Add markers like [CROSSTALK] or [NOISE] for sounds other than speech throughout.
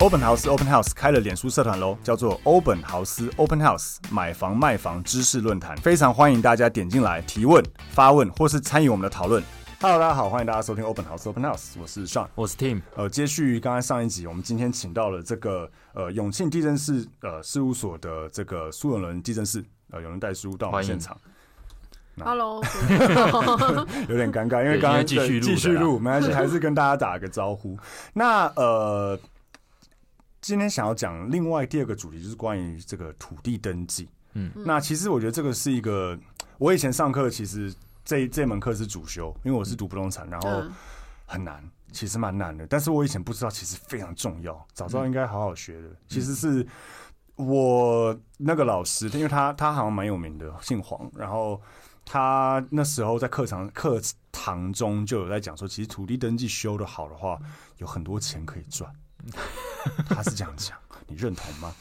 欧本豪斯 Open House 开了脸书社团喽，叫做欧本豪斯 Open House 买房卖房知识论坛，非常欢迎大家点进来提问、发问或是参与我们的讨论。Hello，大家好，欢迎大家收听欧本豪斯 Open House，我是 Sean。我是 Tim，呃，接续刚才上一集，我们今天请到了这个呃永庆地震室呃事务所的这个苏永伦地震室呃有人带书到我们欢迎现场，啊 [LAUGHS] Hello，有点尴尬，因为刚对因刚为继对续录继的续啦录，没关系，还是跟大家打个招呼。那呃，今天想要讲另外第二个主题，就是关于这个土地登记。嗯嗯，那其实我觉得这个是一个，我以前上课其实这这门课是主修，因为我是读不动产，然后嗯很难，其实蛮难的。但是我以前不知道，其实非常重要，早知道应该好好学嗯的。其实是我那个老师，因为他他好像蛮有名的，姓黄，然后他那时候在课堂课堂中就有在讲说，其实土地登记修的好的话，嗯有很多钱可以 [LAUGHS] 赚。他是这样讲，你认同吗？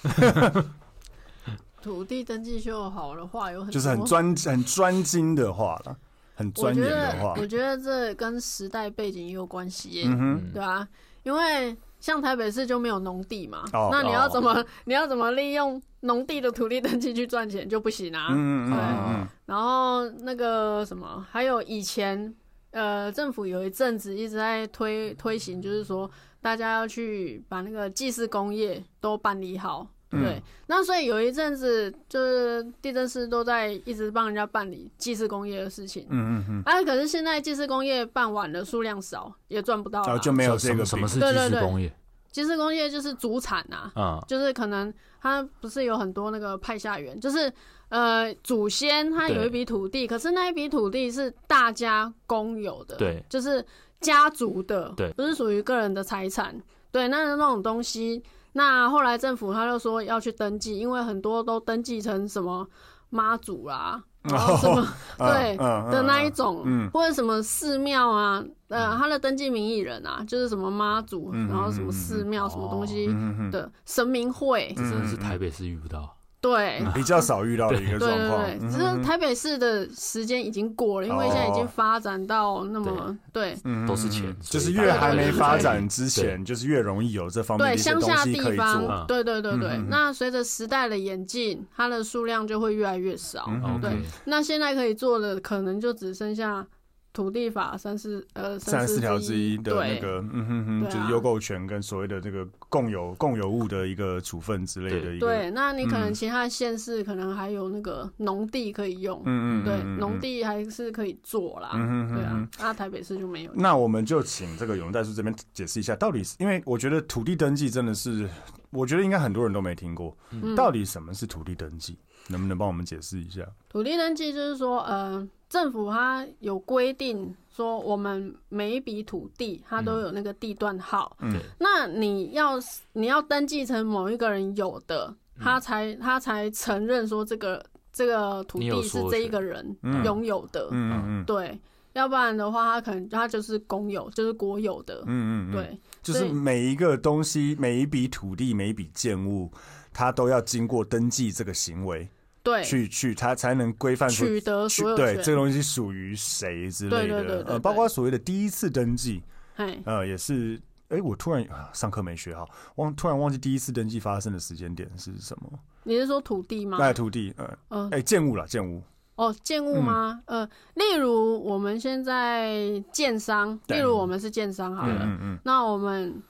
土地登记修好的话有很多就是很。专很专精的话了，很我钻觉研的得话，，我觉得这跟时代背景也有关系耶，嗯哼，对啊，因为像台北市就没有农地嘛，哦那你要哦怎么、 [LAUGHS] 你要怎么利用农地的土地登记去赚钱就不行啊。嗯嗯嗯对嗯然后那个什么，还有以前呃，政府有一阵子一直在推推行，就是说大家要去把那个祭祀工业都办理好。嗯对，那所以有一阵子就是地震师都在一直帮人家办理祭祀工业的事情。嗯嗯嗯，啊，可是现在祭祀工业办完了，数量少，也赚不到然啦、后就没有这什个么什么饼是对技对术对工业祭祀工业就是主产啊，啊？就是可能他不是有很多那个派下员，就是呃祖先他有一笔土地，可是那一笔土地是大家公有的，对，就是家族的，对不是属于个人的财产，对，那那种东西，那后来政府他就说要去登记，因为很多都登记成什么妈祖啦，然后什么、 [LAUGHS] 啊对的那一种，哦嗯或者什么寺庙啊，呃，他的登记名义人啊，就是什么妈祖，嗯然后什么寺庙、什么东西嗯嗯的神明会，这真的是台北市遇不到，对。嗯，比较少遇到的一个对状对况，对，嗯只是台北市的时间已经过了，因为哦现在已经发展到那么对嗯都是钱就是越还没发展之前，就是越容易有这方面的对一些乡东下西地可以做。方，对对对对嗯嗯嗯。那随着时代的演进，它的数量就会越来越少。嗯哼啊 OK 对，那现在可以做的可能就只剩下土地法三四呃三十四四条之一的那对个，嗯哼哼，对啊就是优购权跟所谓的这个共有共有物的一个处分之类的一个，对，那你可能嗯其他县市可能还有那个农地可以用，嗯嗯，对嗯，农。地还是可以做啦，嗯嗯嗯对嗯啊，那台北市就没有。那我们就请这个永代叔这边解释一下，到底是因为我觉得土地登记真的是，我觉得应该很多人都没听过，嗯到底什么是土地登记，能不能帮我们解释一下？土地登记就是说，呃，政府它有规定说，我们每一笔土地它都有那个地段号，嗯那你要你要登记成某一个人有的，嗯他才他才承认说这个这个土你有地是所有这权一个人嗯拥有的，嗯嗯对，要不然的话，他可能他就是公有，就是国有的嗯，嗯嗯，对。就是每一个东西、每一笔土地、每一笔建物，它都要经过登记这个行为，对，去去它才能规范出取得所有对权，这个东西属于谁之类的。对对对呃，对对包括所谓的第一次登记，嘿，呃，也是。哎，我突然、啊上课没学好，忘突然忘记第一次登记发生的时间点是什么？你是说土地吗？那土地，呃，啊嗯、哎，建物啦，建物，哦，建嗯物吗？呃，例如我们现在建商，对例如我们是建商好嗯了，嗯嗯，那我们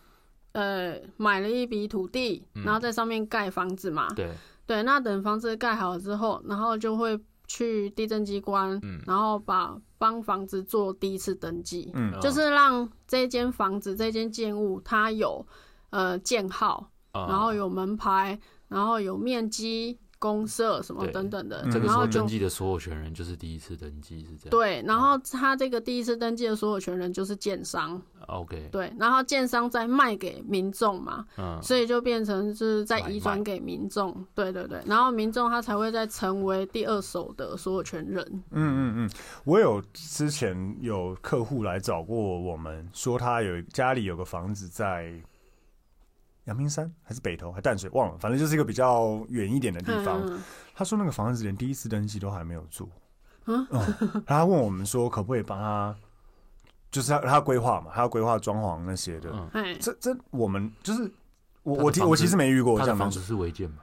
呃买了一笔土地，然后在上面盖房子嘛，嗯对，对，那等房子盖好之后，然后就会去地震机关，嗯然后把帮房子做第一次登记，嗯就是让这间房子、这间建物它有呃建号，然然后有门牌，然后有面积、公社什么对等等的嗯，这个时然后候就登记的所有权人就是第一次登记是这样。对，然后他这个第一次登记的所有权人就是建商， ，OK，对，然后建商再卖给民众嘛，嗯，所以就变成是在买移转卖给民众，对对对，然后民众他才会再成为第二手的所有权人，嗯嗯嗯，我有之前有客户来找过我们，说他有家里有个房子在阳明山还是北投还淡水忘了，反正就是一个比较远一点的地方。嗯，他说那个房子连第一次登记都还没有 [LAUGHS] 做，嗯，然后他问我们说可不可以帮他，就是他他要规划嘛，他要规划装潢那些的。嗯哎，这这我们就是我我他的其房子我其实没遇过他这的样房的子，是违建嘛？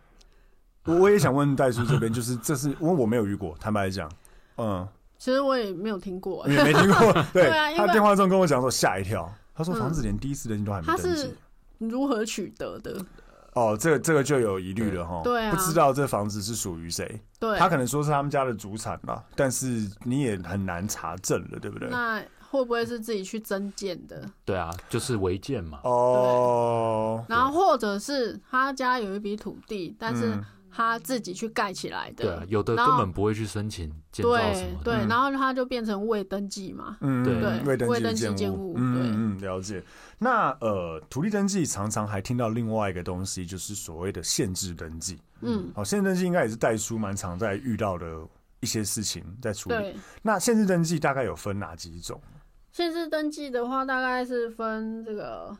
我我也想问戴叔这边，就是这是因为我没有遇过，坦白讲，嗯，其实我也没有听过、欸也没听 [LAUGHS] 过。对对啊因为他电话中跟我讲说吓一跳，他说嗯房子连第一次登记都还没他登是记。如何取得的？哦，这个这个就有疑虑了哈，对啊不知道这房子是属于谁，对，他可能说是他们家的主产吧，但是你也很难查证了，对不对？那会不会是自己去增建的？对啊，就是违建嘛。哦，然后或者是他家有一笔土地，但是嗯他自己去盖起来对啊的，，有的然根后本不会去申请建造什对么的。对嗯，然后他就变成未登记嘛，嗯，对嗯对未未登登记记的建建物，物对嗯嗯嗯，了解。那呃，土地登记常常还听到另外一个东西，就是所谓的限制登记。嗯，好，限制登记应该也是代书蛮常在遇到的一些事情在处理。对。那限制登记大概有分哪几种？限制登记的话，大概是分这个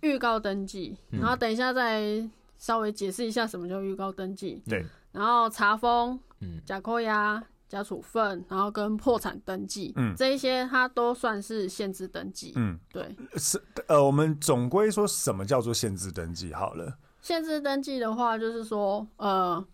预告登记，嗯然后等一下再稍微解释一下什么叫预告登记，对，然后查封、嗯，假扣押、假处分，然后跟破产登记，嗯这一些它都算是限制登记。嗯，对，是呃，我们总归说什么叫做限制登记好了。限制登记的话，就是说，呃，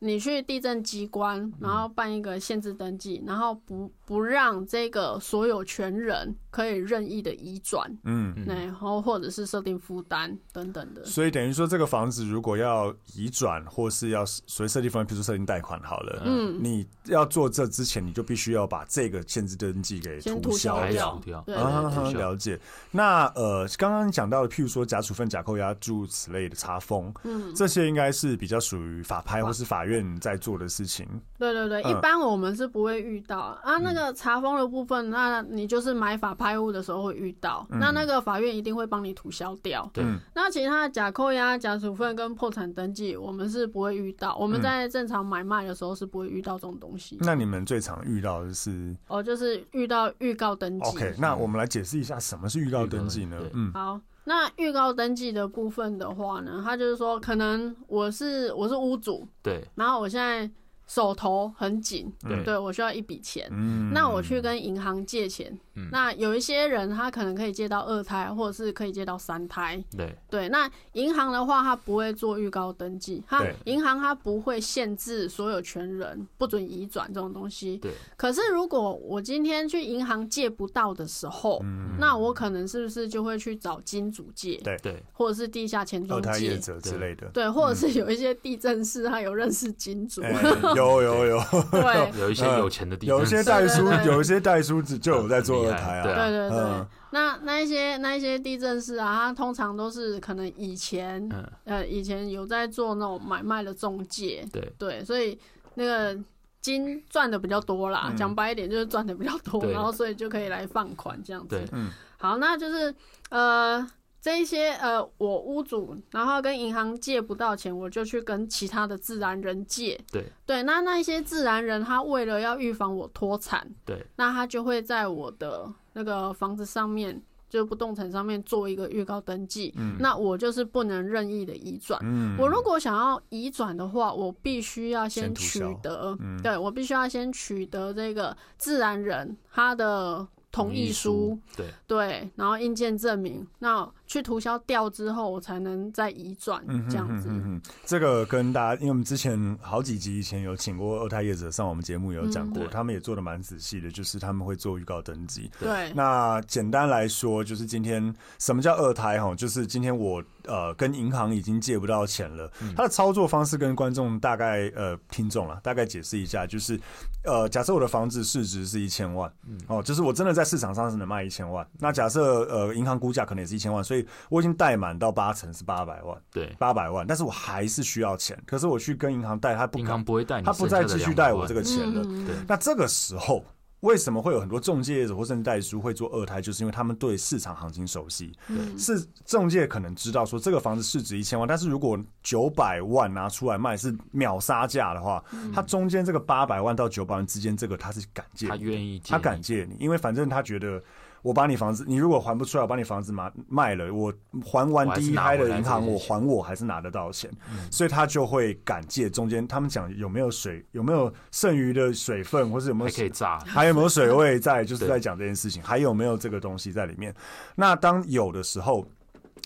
你去地震机关，然后嗯办一个限制登记，然后不不让这个所有权人可以任意的移转，嗯，嗯然后或者是设定负担等等的。所以等于说这个房子如果要移转或是要随设计方面，比如说设定贷款好了，嗯，你要做这之前，你就必须要把这个限制登记给先涂消消排掉。掉除掉，对啊，对对了解。那呃，刚刚讲到的，譬如说假处分、假扣押、诸如此类的查封，嗯，这些应该是比较属于法拍或是法院在做的事情。对对对，嗯一般我们是不会遇到啊。那个查封的部分，那你就是买法拍屋的时候会遇到，那那个法院一定会帮你涂销掉。对嗯那其他的假扣押、假处分跟破产登记，我们是不会遇到。嗯我们在正常买卖的时候是不会遇到这种东西。那你们最常遇到的是哦，就是遇到预告登记。嗯 OK？那我们来解释一下什么是预告登记呢预告登？记嗯好，那预告登记的部分的话呢，它就是说，可能我是我是屋主，对然后我现在手头很紧，对对我需要一笔钱，嗯那我去跟银行借钱，嗯那有一些人他可能可以借到二胎，或者是可以借到三胎。对对，那银行的话，它不会做预告登记，它对银行它不会限制所有权人不准移转这种东西。对，可是如果我今天去银行借不到的时候，那我可能是不是就会去找金主借，嗯对对或者是地下钱二庄胎业借？者之类的，对，或者是有一些地震师他有认识金主，哎有有有， [LAUGHS] [LAUGHS] 对，有一些嗯有钱的地方，有一些代书对对，对有一些代书只就有在做二胎很厉啊害。对对对，嗯那那一些那一些地震师啊，他通常都是可能以前、嗯呃以前有在做那种买卖的中介，对对，所以那个金赚的比较多啦，嗯讲、白一点就是赚的比较多，对然后所以就可以来放款这样子对。嗯好，那就是呃。这一些呃，我屋主然后跟银行借不到钱，我就去跟其他的自然人借。对对，那那一些自然人，他为了要预防我脱产，对那他就会在我的那个房子上面，就是不动产上面做一个预告登记。嗯那我就是不能任意的移转。嗯我如果想要移转的话，我必须要先涂取销得，嗯对我必须要先取得这个自然人他的同意书，，对对，然后印鉴证明，那去涂销掉之后，我才能再移转嗯哼这样子。嗯哼嗯哼这个跟大家，因为我们之前好几集以前有请过二胎业者上我们节目，有讲过，嗯对他们也做的蛮仔细的，就是他们会做预告登记。对，那简单来说，就是今天什么叫二胎哈？就是今天我呃跟银行已经借不到钱了，嗯它的操作方式跟观众大概呃听众啦，大概解释一下，就是呃假设我的房子市值是一千万，嗯哦，就是我真的在市场上是能卖一千万，那假设呃银行估价可能也是一千万，所以我已经贷满到八成是八百万，对，八百万，但是我还是需要钱，可是我去跟银行贷，他不银敢行，不会带你，他不再继续贷我这个，钱了。嗯对那这个时候，为什么会有很多中介业者或甚至代书会做二胎？就是因为他们对市场行情熟悉，嗯是中介可能知道说这个房子市值一千万，但是如果九百万拿出来卖是秒杀价的话，他中间这个八百万到九百万之间，这个他是敢借他的，愿意借，他敢，借你，因为反正他觉得。我把你房子，你如果还不出来，我把你房子拿卖了，我还完第一拍的银行，我我还是拿回来这些钱还我还是嗯拿得到钱，所以他就会敢借。中间他们讲有没有水，有没有剩余的水分，或是有没有还可以炸，还有没有水 [LAUGHS] 位在，就是对在讲这件事情，还有没有这个东西在里面？那当有的时候。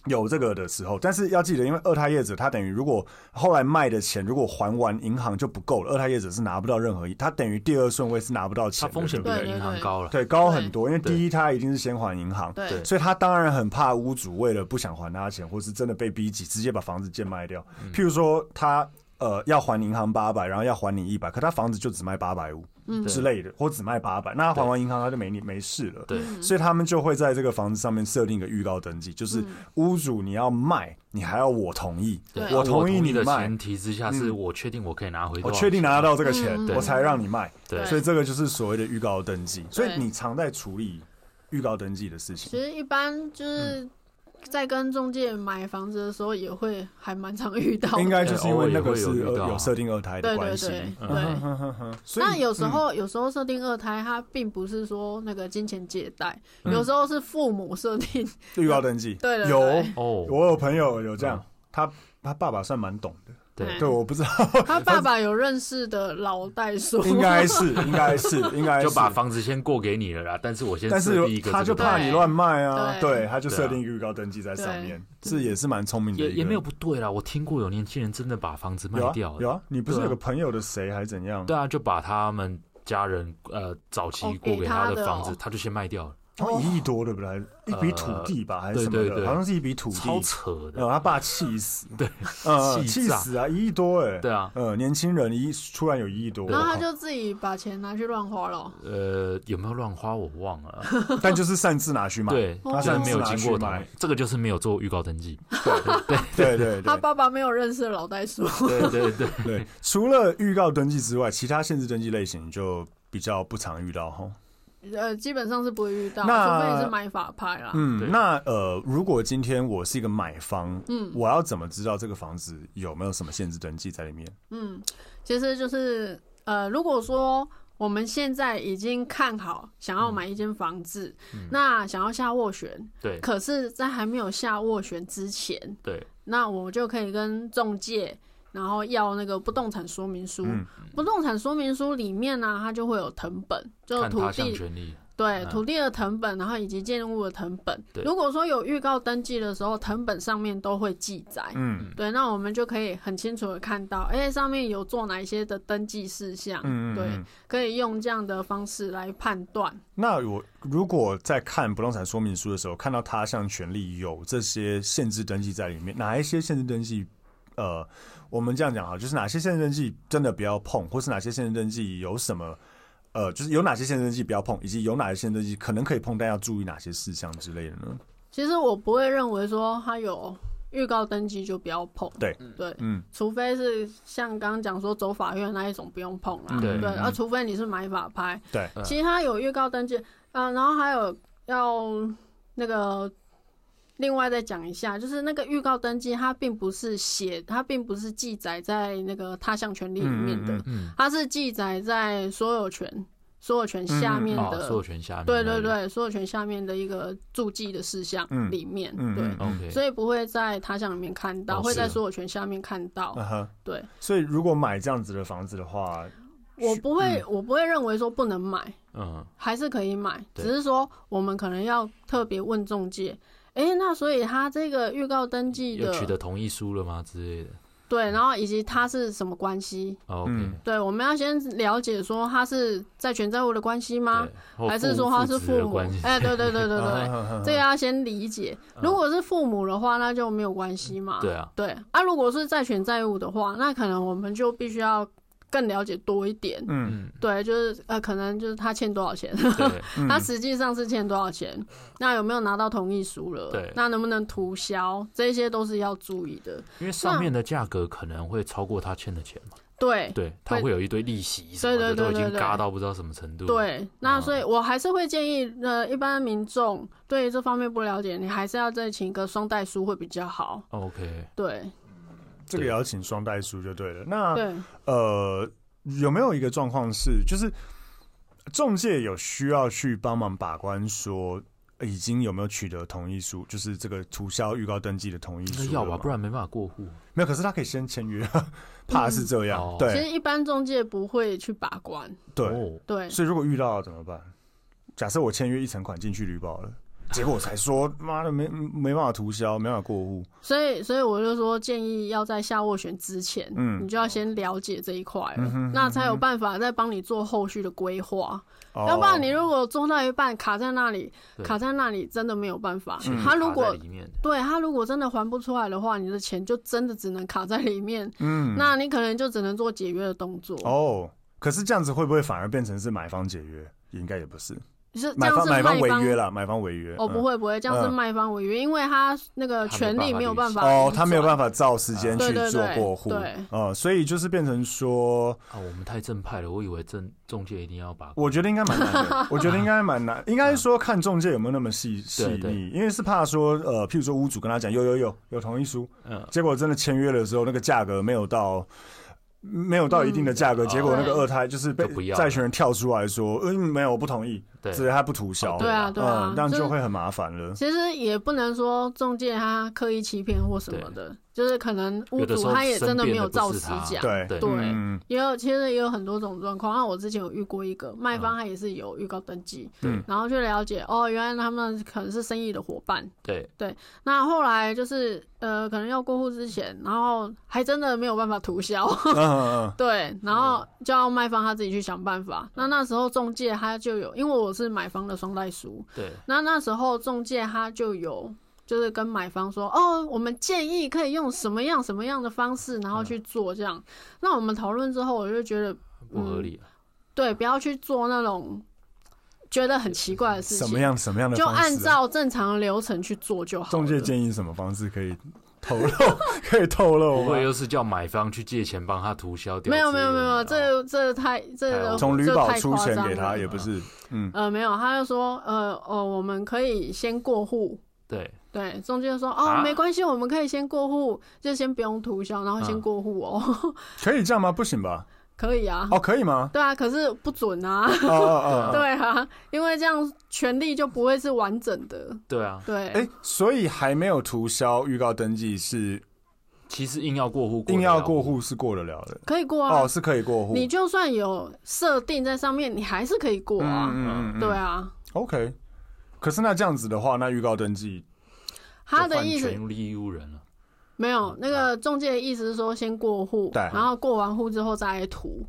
有这个的时候，但是要记得，因为二胎业者他等于如果后来卖的钱如果还完银行就不够了，二胎业者是拿不到任何，他等于第二顺位是拿不到钱它的，风险比对不对对银行高了。对高很多，因为第一胎一定是先还银行，对对所以他当然很怕屋主为了不想还他钱，或是真的被逼急，直接把房子贱卖掉。譬如说他呃要还银行八百，然后要还你一百，可他房子就只卖八百五嗯之类的，或只卖八百，那他还完银行他就没你没事了。嗯对，所以他们就会在这个房子上面设定一个预告登记，就是屋主你要卖，你还要我同意，对我我同意意你的卖嗯前，提之下，是我确定我可以拿回多我少钱，确定拿得到这个钱，嗯对我才让你卖。对所以这个就是所谓的预告登记。所以对你常在处理预告登记的事情其。实一般嗯就是在跟中介买房子的时候，也会还蛮常遇到的。应该就是因为那个是偶尔也会有遇到二有设定二胎的对对关系，对嗯对。所那以嗯有时候，有时候设定二胎，它并不是说那个金钱借贷，嗯有时候是父母设定。预告登记对对有， [LAUGHS] 对哦，我有朋友有这嗯样，他他爸爸算蛮懂的，对嗯对，我不知道，他爸爸有认识的老代叔，应该 [LAUGHS] 是应该是应该是就把房子先过给你了啦，但是我先但设立一是个他就这个怕东你西乱卖啊，对对，他就设定一个预告登记在上面，这也是蛮聪明的一也个，也没有不对啦，我听过有年轻人真的把房子卖有啊掉了，有啊，你不是对啊有个朋友的谁还怎样？对啊，就把他们家人呃早期哦过给给他他的的房子，哦他就先卖掉了，好哦像一亿多对不对？一笔土地吧，还是什么对对的，对好像是一笔土超地。扯的呃，，他爸气死，对，呃，气气炸死啊，一亿多哎，对啊，呃，年轻人一突然有哦一亿多，然后他就自己把钱拿去乱花了。呃，有没有乱花我忘了，啊但就是擅自拿去买， [LAUGHS] 对，哦他就是擅没自有拿经去过同买意，，这个就是没有做预告登 [LAUGHS] 记，对对他对爸爸没有认识的老代叔，对对对，对。除了预告登记之外，其他限制登记类型就比较不常遇到哈。呃，基本上是不会遇到，那除非你是买法拍啦。嗯，对那呃，如果今天我是一个买方，嗯我要怎么知道这个房子有没有什么限制登记在里面？嗯，其实就是呃，如果说我们现在已经看好想要嗯买一间房子，那想要下斡旋， [LAUGHS] 对可是，在还没有下斡旋之前，对，那我就可以跟中介，然后要那个不动产说明书。嗯不动产说明书里面呢、它就会有藤本，就看土他项地权利，对嗯土地的藤本，然后以及建物的藤本。对如果说有预告登记的时候，藤本上面都会记载。嗯对，那我们就可以很清楚的看到，哎、上面有做哪一些的登记事项，嗯嗯，对嗯，可以用这样的方式来判断。那我如果在看不动产说明书的时候，看到他项权利有这些限制登记在里面，哪一些限制登记？呃，我们这样讲哈，就是哪些限制登记真的不要碰，或是哪些限制登记有什么？呃，就是有哪些限制登记不要碰，以及有哪些限制登记可能可以碰，但要注意哪些事项之类的呢？其实我不会认为说它有预告登记就不要碰，对对，嗯，除非是像刚刚讲说走法院那一种不用碰啦，嗯对对，嗯啊，除非你是买法拍，对嗯其他有预告登记，啊，然后还有要那个。另外再讲一下，就是那个预告登记，它并不是写，它并不是记载在那个他项权利里面的，嗯嗯嗯，它是记载在所有权所有权下面哦，嗯的，所有权下面，对对，对，所有权下面的一个注记的事项嗯里面，嗯对。嗯，OK，所以不会在他项里面看到，哦会是在啊所有权下面看到。嗯哼，对所以如果买这样子的房子的话，我不会，我不会认为说不能买，嗯，还是可以买，只对是说我们可能要特别问中介。诶，那所以他这个预告登记有取的得同意书了吗之类的对，然后以及他是什么关系？哦，OK，嗯对，我们要先了解说他是债权债务的关系吗？对或啊还是父说他是父子父的母关系？？啊哎，对对 [LAUGHS] 对对嗯对，啊哼哼这个要先理解。如果是父母的话，那就没有关系嘛。对啊，对啊，如果是债权债务的话，那可能我们就必须要更了解多一点。嗯嗯，对，就是呃，可能就是他欠多少钱， [LAUGHS] 对，嗯他实际上是欠多少钱，那有没有拿到同意书了？对那能不能涂销，这些都是要注意的。因为上面的价格可能会超过他欠的钱嘛，对对，他哎会会有一堆利息什么对的，对都对已经对嘎对到不知道什么程度。，对，啊那所以我还是会建议，呃，一般民众对于这方面不了解，你还是要再请一个双代书会比较好。 OK，对这个也要请双代书就对了。那对，呃，有没有一个状况是，就是中介有需要去帮忙把关说？呃已经有没有取得同意书？就是这个涂销预告登记的同意应书该了吗，要吧，不然没办法过户。没有。可是他可以先签约，怕是这样。哦其实对一般中介不会去把关。对，哦对，所以如果遇到了怎么办？假设我签约一层款进去旅保了，结果我才说妈的没没办法涂销，没办法过户。所以，所以我就说，建议要在下斡旋之前，嗯你就要先了解这一块了，嗯哼那才有办法再帮你做后续的规划。哦要不然，你如果做到一半卡在那里，对卡在那里真的没有办法。钱他卡如在果里面，对他如果真的还不出来的话，你的钱就真的只能卡在里面，嗯那你可能就只能做解约的动作。哦，可是这样子会不会反而变成是买方解约？应该也不是，是这买样方是买卖方违约啦，买方违约。哦，不嗯会不会，这样是嗯卖方违约，因为他那个他没权利办法没有履办行法哦，移他没有转办法照时间对去对做对过户，对呃，所以就是变成说，啊，我们太正派了，我以为正中介一定要把我觉得应该蛮难的，我觉得应该蛮难，应该说看中介有没有那么细细对对腻，因为是怕说，呃，譬如说屋主跟他讲有有有有同意书，嗯结果真的签约的时候那个价格没有到。没有到一定的价格，嗯结果那个哦对二胎就是被就不要了债权人跳出来说：“嗯，没有，我不同意，对所以他不涂销。哦对啊对啊嗯，，那是就会很麻烦了。其实也不能说中介他刻意欺骗或什么的，嗯就是可能屋有的时主候他也真的没有照实申辩讲。对对对嗯也有，其实也有很多种状况。那啊我之前有遇过一个卖方，他也是有预告登记，嗯然后去了解哦，原来他们可能是生意的伙伴。对那后来就是呃，可能要过户之前，然后还真的没有办法涂销， [LAUGHS] 嗯嗯对，然后就要卖方他自己去想办法。那那时候中介他就有，因为我是买方的双代书，对，那那时候中介他就有就是跟买方说，哦，我们建议可以用什么样什么样的方式，嗯然后去做这样。那我们讨论之后，我就觉得不合理嗯啊，对，不要去做那种觉得很奇怪的事什么情，样什么样的就方式啊按照正常的流程去做就好了。中介建议什么方式可以透露？ [LAUGHS] 可以透露不吗会？又是叫买方去借钱帮他涂销掉之啊没类的？有没有没有，这这太这太个从这旅保太出夸钱张给他了也不是，嗯，呃没有，他就说呃哦，我们可以先过户，对对，中介说哦，啊没关系，我们可以先过户，就先不用涂销，然后先嗯过户哦，可以这样吗？不行吧？可以啊。哦，可以 [LAUGHS] 吗？对啊，可是不准啊，哦哦哦， [LAUGHS] 对啊，因为这样权利就不会是完整的，对啊，对，哎，所以还没有涂销预告登记是其实硬要过户，硬要过，户是过得了的可以过啊，哦，是可以过户。你就算有设定在上面，你还是可以过啊，嗯对啊， ，OK。可是那这样子的话，那预告登记他的意思权利义务人啊了，没有，那个中介的意思是说先过户，嗯啊对然后过完户之后再来涂，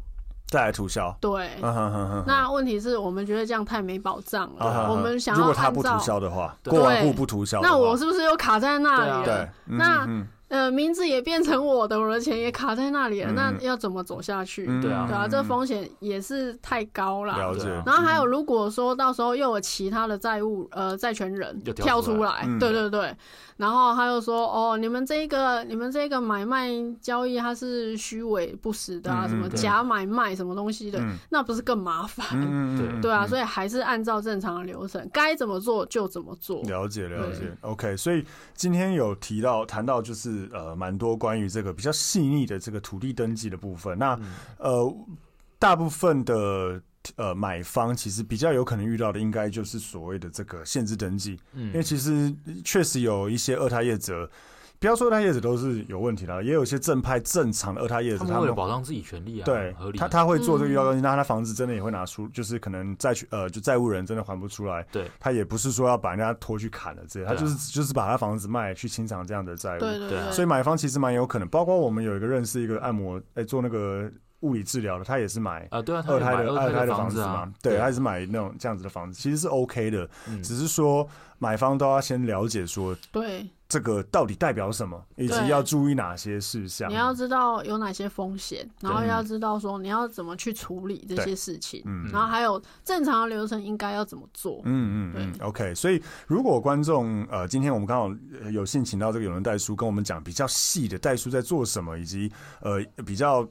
再来涂销，对。嗯哼哼哼哼。那问题是我们觉得这样太没保障了，啊哈哈我们想如要果他按不照涂销的话，对过完户不涂销的话，那我是不是又卡在那里了？对对，嗯那嗯呃，名字也变成我的，我的钱也卡在那里了，嗯那要怎么走下去？嗯对啊对啊，这风险也是太高啦。了解嗯对啊。然后还有，如果说到时候又有其他的债务呃债权人又跳跳出来出来，嗯对对对，然后他又说哦，你们这个你们这个买卖交易它是虚伪不实的啊，嗯什么对假买卖什么东西的，嗯那不是更麻烦？嗯嗯嗯对对啊，嗯所以还是按照正常的流程，该怎么做就怎么做。了解了解对，OK，所以今天有提到谈到就是呃蛮多关于这个比较细腻的这个土地登记的部分，那、呃大部分的。呃，买方其实比较有可能遇到的，应该就是所谓的这个限制登记，因为嗯，其实确实有一些二胎业者，不要说二胎业者都是有问题的啊，也有一些正派正常的二胎业者，他他们为们了保障自己权利啊，对合，理啊，他他会做嗯这个预告登记，那他房子真的也会拿出，就是可能债权呃，就债务人真的还不出来，对，他也不是说要把人家拖去砍了这些，他对啊就是、就是把他房子卖去清偿这样的债务，对对对啊对，所以买方其实蛮有可能，包括我们有一个认识一个按摩，哎、做那个物理治疗的，他也是买。啊，对啊，他二们买胎的二二胎胎的房房子啊嘛，，对，他啊也是买那种这样子的房子，其实是 OK 的，嗯只是说买方都要先了解说对。这个到底代表什么，以及对要注意哪些事项你。要知道有哪些风险，然后对嗯要知道说你要怎么去处理这些对事情，嗯然后还有正常的流程应该要怎么做。嗯嗯嗯，OK。所以如果观众呃，今天我们刚好呃有幸请到这个有人代书，跟我们讲比较细的代书在做什么，以及呃比较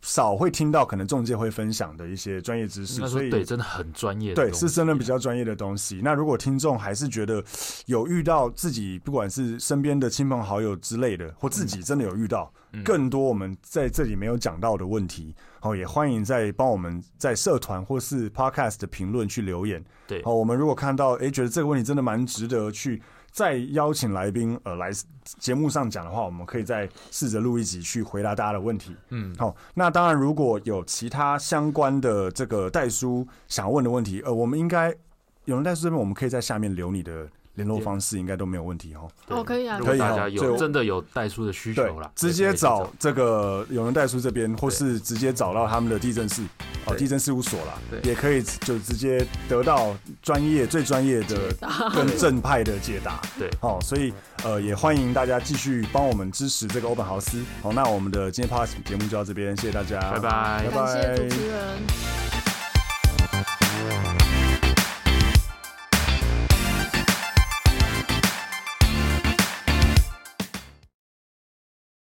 少会听到可能中介会分享的一些专业知应识，该说所以对，真的很专业的对东西，啊是真的比较专业的东西。那如果听众还是觉得有遇到自己不管是身边的亲朋好友之类的，或自己真的有遇到。嗯更多我们在这里没有讲到的问题，哦，也欢迎在帮我们在社团或是 podcast 的评论去留言，对好，我们如果看到，诶，觉得这个问题真的蛮值得去再邀请来宾，呃，来节目上讲的话，我们可以再试着录一集去回答大家的问题。嗯，好、那当然，如果有其他相关的这个代书想问的问题，呃，我们应该有人代书这边，我们可以在下面留你的联络方式应该都没有问题哦。对哦可以啊如果可以大哦家这有个真的有代书的需对求啦，，直也接可以找这个有人代书这边，或是直接找到他们的地震室哦，对地震事务所啦，对也可以就直接得到专业最专业的跟正派的解答。 [LAUGHS] 对哦，所以呃，也欢迎大家继续帮我们支持这个欧本豪斯。好，那我们的今天 p a s s 节目就到这边，谢谢大家，拜拜拜感谢拜主。持人。